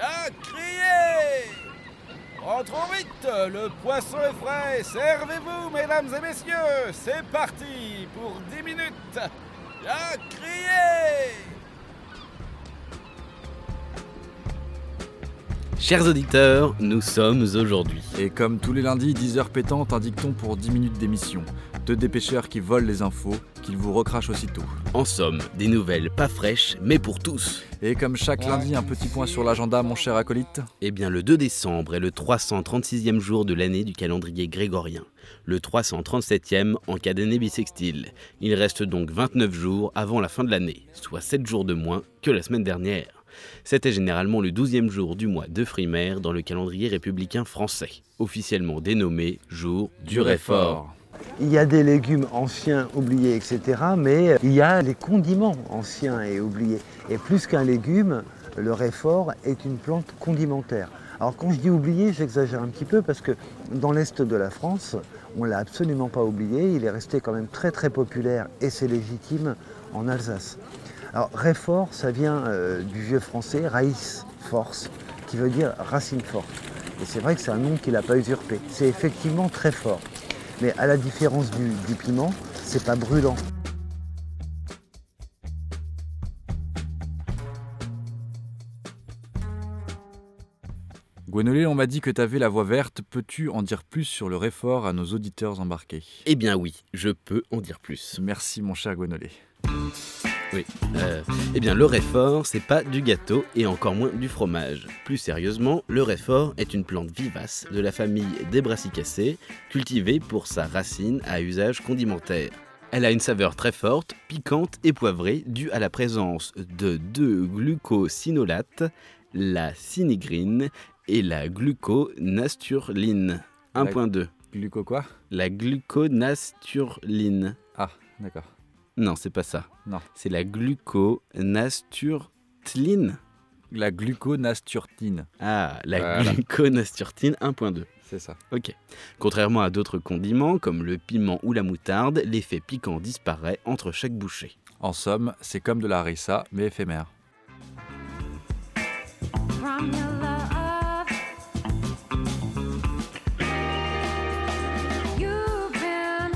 À crier Entrons vite, le poisson est frais, servez-vous mesdames et messieurs, c'est parti pour 10 minutes À crier Chers auditeurs, nous sommes aujourd'hui. Et comme tous les lundis, 10 heures pétantes, un dicton pour 10 minutes d'émission. Deux dépêcheurs qui volent les infos, qu'ils vous recrachent aussitôt. En somme, des nouvelles pas fraîches, mais pour tous. Et comme chaque lundi, un petit point sur l'agenda, mon cher acolyte. Eh bien, le 2 décembre est le 336e jour de l'année du calendrier grégorien, le 337e en cas d'année bissextile. Il reste donc 29 jours avant la fin de l'année, soit 7 jours de moins que la semaine dernière. C'était généralement le 12e jour du mois de frimaire dans le calendrier républicain français, officiellement dénommé jour du réfort. Il y a des légumes anciens, oubliés, etc. Mais euh, il y a les condiments anciens et oubliés. Et plus qu'un légume, le réfort est une plante condimentaire. Alors quand je dis oublié, j'exagère un petit peu parce que dans l'Est de la France, on l'a absolument pas oublié. Il est resté quand même très très populaire et c'est légitime en Alsace. Alors réfort, ça vient euh, du vieux français raïs, force, qui veut dire racine forte. Et c'est vrai que c'est un nom qu'il n'a pas usurpé. C'est effectivement très fort. Mais à la différence du, du piment, c'est pas brûlant. Gwénolé, on m'a dit que t'avais la voix verte. Peux-tu en dire plus sur le réfort à nos auditeurs embarqués Eh bien oui, je peux en dire plus. Merci, mon cher Gwénolé. Oui. euh, eh bien, le réfort, c'est pas du gâteau et encore moins du fromage. Plus sérieusement, le réfort est une plante vivace de la famille des brassicacées, cultivée pour sa racine à usage condimentaire. Elle a une saveur très forte, piquante et poivrée, due à la présence de deux glucosinolates, la sinigrine et la gluconasturline. La- 1.2. Gluco quoi La gluconasturline. Ah, d'accord. Non, c'est pas ça. Non. C'est la gluconasturtline. La gluconasturtine, Ah, la Voilà. gluconasturtine 1.2. c'est ça. Ok. Contrairement à d'autres condiments comme le piment ou la moutarde, l'effet piquant disparaît entre chaque bouchée. En somme, c'est comme de la harissa, mais éphémère. from your love. You've been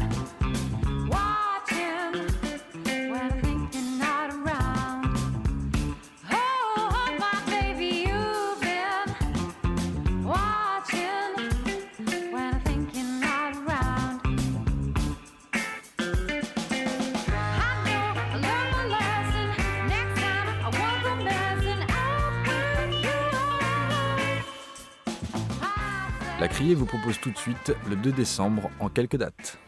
watching when thinking not around. Oh, my baby, you've been watching when thinking not around. I know I learned my lesson. Next time I won't go messing up with you. I La Criée vous propose tout de suite, le 2 décembre, en quelques dates.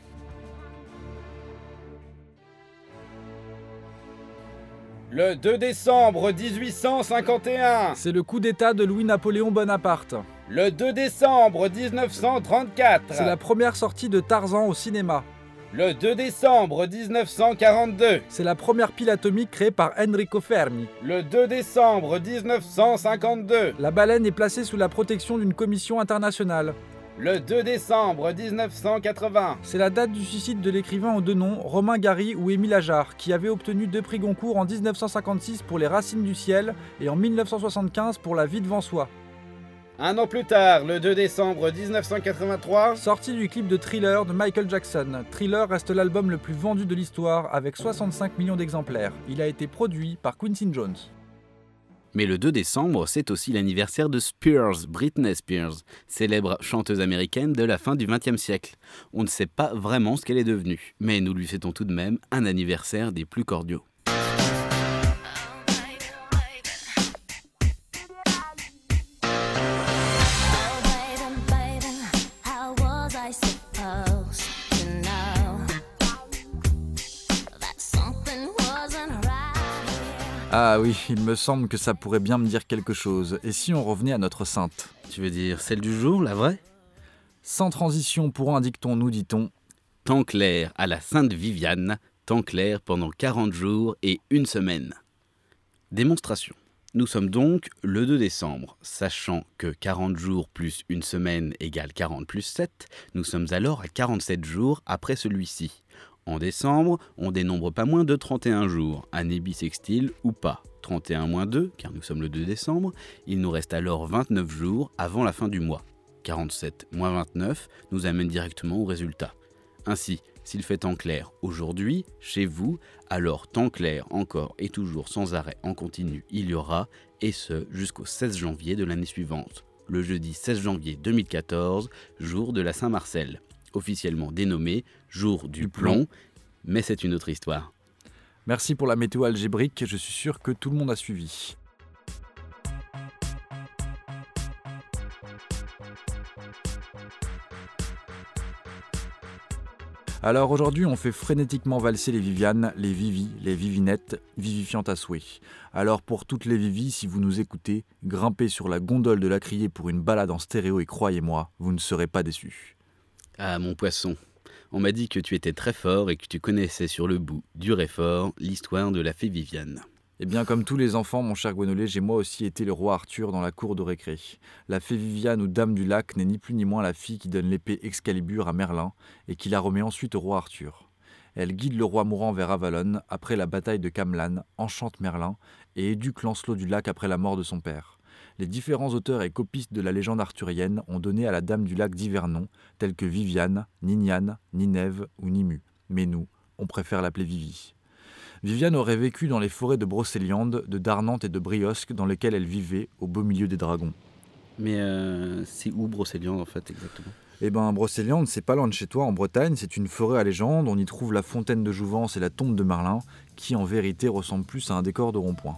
Le 2 décembre 1851, C'est le coup d'état de Louis-Napoléon Bonaparte. le 2 décembre 1934, C'est la première sortie de Tarzan au cinéma. le 2 décembre 1942, C'est la première pile atomique créée par Enrico Fermi. le 2 décembre 1952, La baleine est placée sous la protection d'une commission internationale. le 2 décembre 1980, C'est la date du suicide de l'écrivain aux deux noms, Romain Gary ou Émile Ajar, qui avait obtenu deux prix Goncourt en 1956 pour Les Racines du Ciel et en 1975 pour La Vie devant soi. un an plus tard, le 2 décembre 1983, Sortie du clip de Thriller de Michael Jackson, Thriller reste l'album le plus vendu de l'histoire avec 65 millions d'exemplaires. Il a été produit par Quincy Jones. Mais le 2 décembre, c'est aussi l'anniversaire de Spears, Britney Spears, célèbre chanteuse américaine de la fin du XXe siècle. On ne sait pas vraiment ce qu'elle est devenue, mais nous lui fêtons tout de même un anniversaire des plus cordiaux. How was I supposed to know that something wasn't right? Ah oui, il me semble que ça pourrait bien me dire quelque chose. Et si on revenait à notre sainte Tu veux dire celle du jour, la vraie Sans transition pour un dicton, nous dit-on, Temps clair à la Sainte Viviane, temps clair pendant 40 jours et une semaine. Démonstration. Nous sommes donc le 2 décembre, sachant que 40 jours plus une semaine égale 40 plus 7, nous sommes alors à 47 jours après celui-ci. En décembre, on dénombre pas moins de 31 jours, année bissextile ou pas. 31 moins 2, car nous sommes le 2 décembre, il nous reste alors 29 jours avant la fin du mois. 47 moins 29 nous amène directement au résultat. Ainsi, s'il fait temps clair aujourd'hui, chez vous, alors temps clair encore et toujours sans arrêt en continu il y aura, et ce jusqu'au 16 janvier de l'année suivante, le jeudi 16 janvier 2014, jour de la Saint-Marcel, officiellement dénommé jour du plomb, mais c'est une autre histoire. Merci pour la météo algébrique, je suis sûr que tout le monde a suivi. Alors aujourd'hui, on fait frénétiquement valser les Vivianes, les Vivi, les Vivinettes, vivifiantes à souhait. Alors pour toutes les Vivi, si vous nous écoutez, grimpez sur la gondole de la criée pour une balade en stéréo et croyez-moi, vous ne serez pas déçus. Ah mon poisson, on m'a dit que tu étais très fort et que tu connaissais sur le bout du réfort l'histoire de la fée Viviane. Eh bien, comme tous les enfants, mon cher Guenolé, j'ai moi aussi été le roi Arthur dans la cour de récré. La fée Viviane ou Dame du Lac n'est ni plus ni moins la fille qui donne l'épée Excalibur à Merlin et qui la remet ensuite au roi Arthur. Elle guide le roi mourant vers Avalon après la bataille de Camlan, enchante Merlin et éduque Lancelot du Lac après la mort de son père. Les différents auteurs et copistes de la légende arthurienne ont donné à la Dame du Lac d'Hivernon, tels que Viviane, Nignane, Ninève ou Nimu. Mais nous, on préfère l'appeler Vivi. Viviane aurait vécu dans les forêts de Brocéliande, de Darnante et de Briosque, dans lesquelles elle vivait, au beau milieu des dragons. Mais euh, c'est où Brocéliande en fait exactement Eh ben, Brocéliande, c'est pas loin de chez toi, en Bretagne, c'est une forêt à légende, on y trouve la fontaine de Jouvence et la tombe de Merlin, qui en vérité ressemble plus à un décor de rond-point.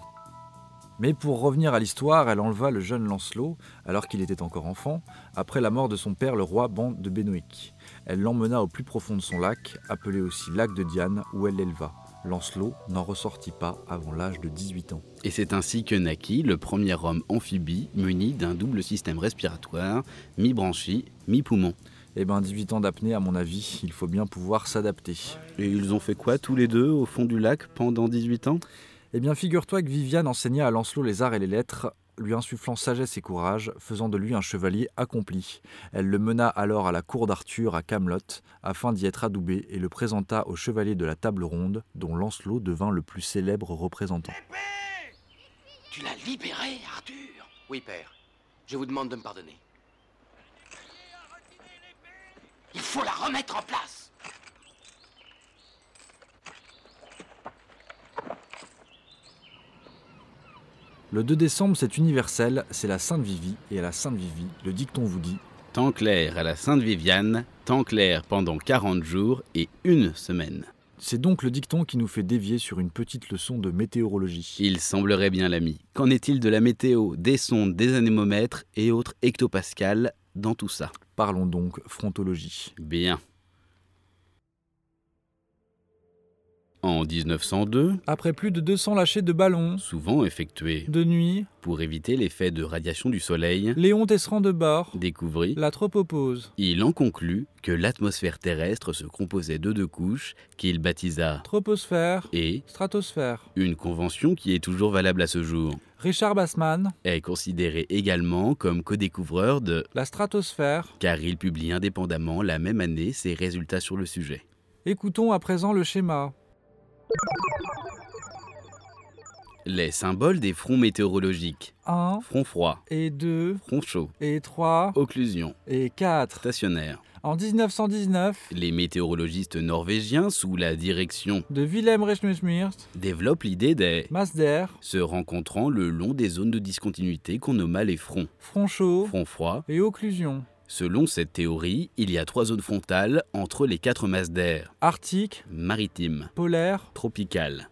Mais pour revenir à l'histoire, elle enleva le jeune Lancelot, alors qu'il était encore enfant, après la mort de son père le roi Ban de Bénoïc. Elle l'emmena au plus profond de son lac, appelé aussi lac de Diane, où elle l'éleva. Lancelot n'en ressortit pas avant l'âge de 18 ans. Et c'est ainsi que naquit le premier homme amphibie muni d'un double système respiratoire, mi-branchie, mi-poumon. Eh ben 18 ans d'apnée à mon avis, il faut bien pouvoir s'adapter. Et ils ont fait quoi tous les deux au fond du lac pendant 18 ans Eh bien figure-toi que Viviane enseigna à Lancelot les arts et les lettres, lui insufflant sagesse et courage, faisant de lui un chevalier accompli. Elle le mena alors à la cour d'Arthur à Camelot afin d'y être adoubé et le présenta au chevalier de la table ronde dont Lancelot devint le plus célèbre représentant. Tu l'as libéré, Arthur Oui, père. Je vous demande de me pardonner. Il faut la remettre en place Le 2 décembre, c'est universel, c'est la Sainte Vivie et à la Sainte Vivie, le dicton vous dit Temps clair à la Sainte Viviane, temps clair pendant 40 jours et une semaine. C'est donc le dicton qui nous fait dévier sur une petite leçon de météorologie. Il semblerait bien l'ami. Qu'en est-il de la météo, des sondes, des anémomètres et autres hectopascales dans tout ça Parlons donc frontologie. Bien. En 1902, Après plus de 200 lâchers de ballons, souvent effectué de nuit, pour éviter l'effet de radiation du soleil, Léon Tesserand de bord découvrit la tropopause, Il en conclut que l'atmosphère terrestre se composait de deux couches qu'il baptisa troposphère, et stratosphère. une convention qui est toujours valable à ce jour. Richard Bassman, Est considéré également comme co-découvreur de la stratosphère. car il publie indépendamment la même année ses résultats sur le sujet. Écoutons à présent le schéma. Les symboles des fronts météorologiques 1 front froid, et 2 front chaud, et 3 occlusion, et 4. stationnaire. En 1919, Les météorologistes norvégiens, sous la direction, de Wilhelm Reichsmühlsmirst, développent l'idée des Masder, se rencontrant le long des zones de discontinuité qu'on nomma les fronts. Fronchot Front froid, et occlusion. Selon cette théorie, il y a trois zones frontales entre les quatre masses d'air Arctique, maritime, polaire, tropicale.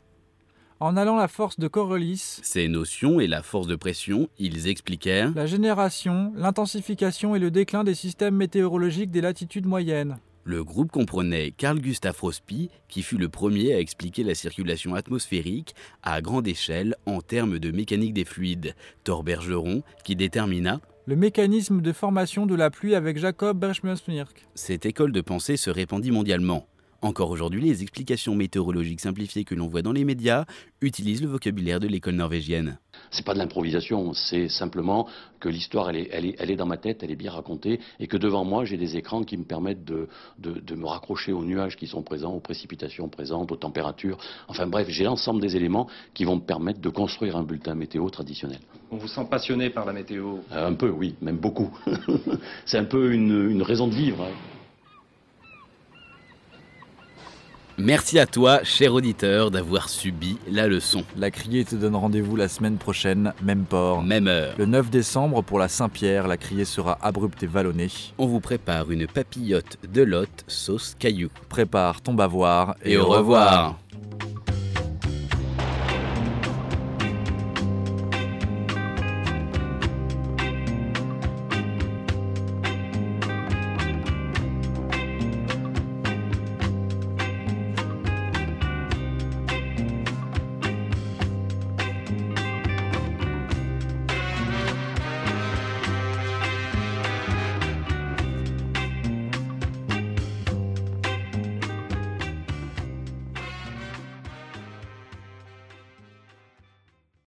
en allant la force de Coriolis, Ces notions et la force de pression, ils expliquèrent la génération, l'intensification et le déclin des systèmes météorologiques des latitudes moyennes. le groupe comprenait Carl Gustav Rospy, qui fut le premier à expliquer la circulation atmosphérique à grande échelle en termes de mécanique des fluides, Thor Bergeron, qui détermina Le mécanisme de formation de la pluie avec Jacob Berchmelsmirk. Cette école de pensée se répandit mondialement. Encore aujourd'hui, les explications météorologiques simplifiées que l'on voit dans les médias utilisent le vocabulaire de l'école norvégienne. C'est pas de l'improvisation, c'est simplement que l'histoire, elle est, elle, est, elle est dans ma tête, elle est bien racontée, et que devant moi, j'ai des écrans qui me permettent de, de, de me raccrocher aux nuages qui sont présents, aux précipitations présentes, aux températures. Enfin bref, j'ai l'ensemble des éléments qui vont me permettre de construire un bulletin météo traditionnel. On vous sent passionné par la météo. Euh, un peu, oui, même beaucoup. c'est un peu une, une raison de vivre. hein. Merci à toi, cher auditeur, d'avoir subi la leçon. La criée te donne rendez-vous la semaine prochaine, même port. Même heure. Le 9 décembre, pour la Saint-Pierre, la criée sera abrupte et vallonnée. On vous prépare une papillote de lotte sauce caillou. Prépare ton bavoir Et, au revoir.